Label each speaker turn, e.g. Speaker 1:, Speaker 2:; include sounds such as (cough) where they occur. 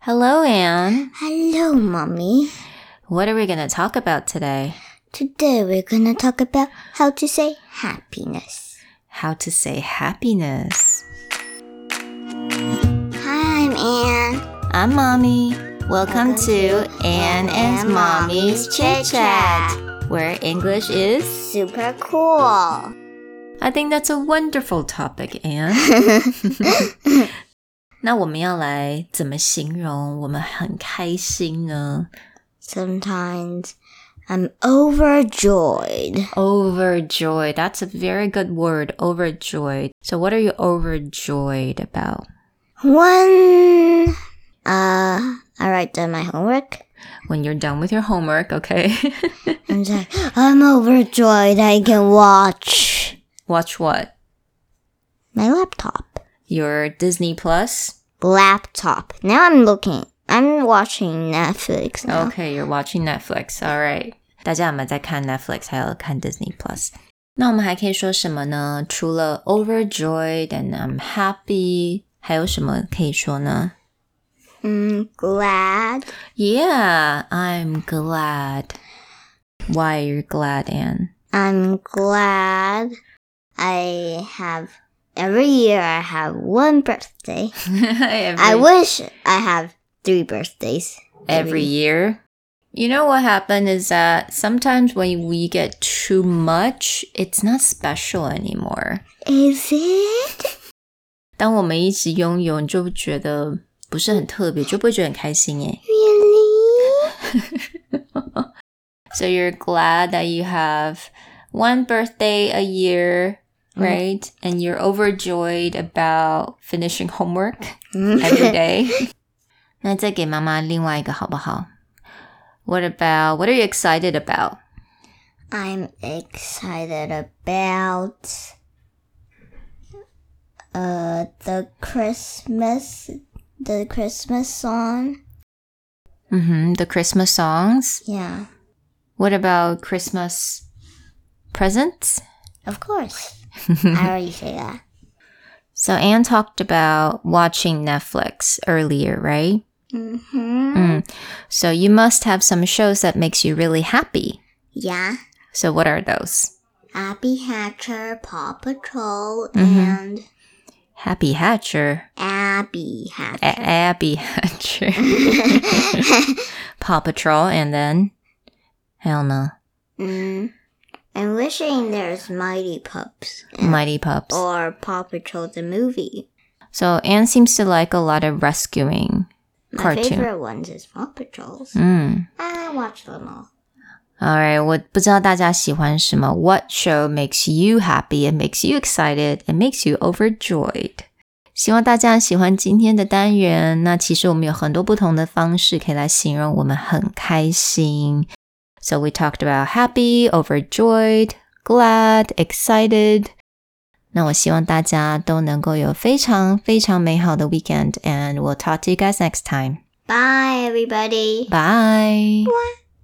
Speaker 1: Hello, Anne.
Speaker 2: Hello, Mommy.
Speaker 1: What are we going to talk about today?
Speaker 2: Today we're gonna talk about how to say happiness.
Speaker 1: How to say happiness.
Speaker 2: Hi, I'm Anne.
Speaker 1: I'm Mommy. Welcome to Anne and Mommy's Chit Chat, where English is.
Speaker 2: Super cool.
Speaker 1: I think that's a wonderful topic, Anne. (laughs) 那我们要来怎么形容我们很开心呢
Speaker 2: Sometimes I'm overjoyed.
Speaker 1: ？Overjoyed. That's a very good word. Overjoyed. So, what are you overjoyed about?
Speaker 2: One. Uh, I write down my homework.
Speaker 1: When you're done with your homework, okay? (laughs)
Speaker 2: I'm just like, I'm overjoyed. I can watch
Speaker 1: Watch what?
Speaker 2: my laptop.
Speaker 1: Your Disney Plus?
Speaker 2: Laptop. Now I'm looking. I'm watching Netflix now.
Speaker 1: Okay, you're watching Netflix. All right. 大家有没有在看 Netflix 还有看 Disney Plus？那我们还可以说什么呢？除了 overjoyed and I'm happy，还有什么可以说呢
Speaker 2: Mm, glad.
Speaker 1: ？Yeah, I'm glad. Why you're glad, Anne? (laughs)
Speaker 2: I'm glad I have every year I have one birthday.
Speaker 1: every,
Speaker 2: I wish I have three birthdays.
Speaker 1: every year. You know what happened is that sometimes when we get too much, it's not special anymore.
Speaker 2: Is it?
Speaker 1: 当我们一直拥有，你就觉得不是很特别，就不会觉得很开心耶。 (laughs)
Speaker 2: Really?
Speaker 1: So you're glad that you have one birthday a year, right? And you're overjoyed about finishing homework (laughs) every day. (laughs) 那再给妈妈另外一个好不好？What about what are you excited about?
Speaker 2: (laughs) I'm excited about uh the Christmas the Christmas song.
Speaker 1: Mm-hmm, the Christmas songs.
Speaker 2: Yeah.
Speaker 1: What about Christmas presents?
Speaker 2: Of course.
Speaker 1: (laughs)
Speaker 2: I already say that.
Speaker 1: So Anne talked about watching Netflix earlier, right?
Speaker 2: Mm-hmm.
Speaker 1: Mm. So you must have some shows that makes you really happy.
Speaker 2: Yeah.
Speaker 1: So what are those?
Speaker 2: Abby Hatcher, Paw Patrol,
Speaker 1: Mhm.
Speaker 2: and
Speaker 1: Happy Hatcher,
Speaker 2: Abby Hatcher.
Speaker 1: A- Abby
Speaker 2: (laughs)
Speaker 1: Hatcher, Paw Patrol, and then hell no,
Speaker 2: mm. I'm wishing there's Mighty Pups
Speaker 1: Mighty Pups.
Speaker 2: or Paw Patrol the movie.
Speaker 1: So Anne seems to like a lot of rescuing.
Speaker 2: My
Speaker 1: Cartoon. Mm.
Speaker 2: favorite ones is Paw Patrols.
Speaker 1: 嗯。
Speaker 2: I watch them all.
Speaker 1: Alright, 我不知道大家喜欢什么. What show makes you happy? It makes you excited. It makes you overjoyed. 希望大家喜欢今天的单元。那其实我们有很多不同的方式可以来形容我们很开心。So we talked about happy, overjoyed, glad, excited. 那我希望大家都能够有非常非常美好的 weekend. And we'll talk to you guys next time.
Speaker 2: Bye, everybody.
Speaker 1: Bye.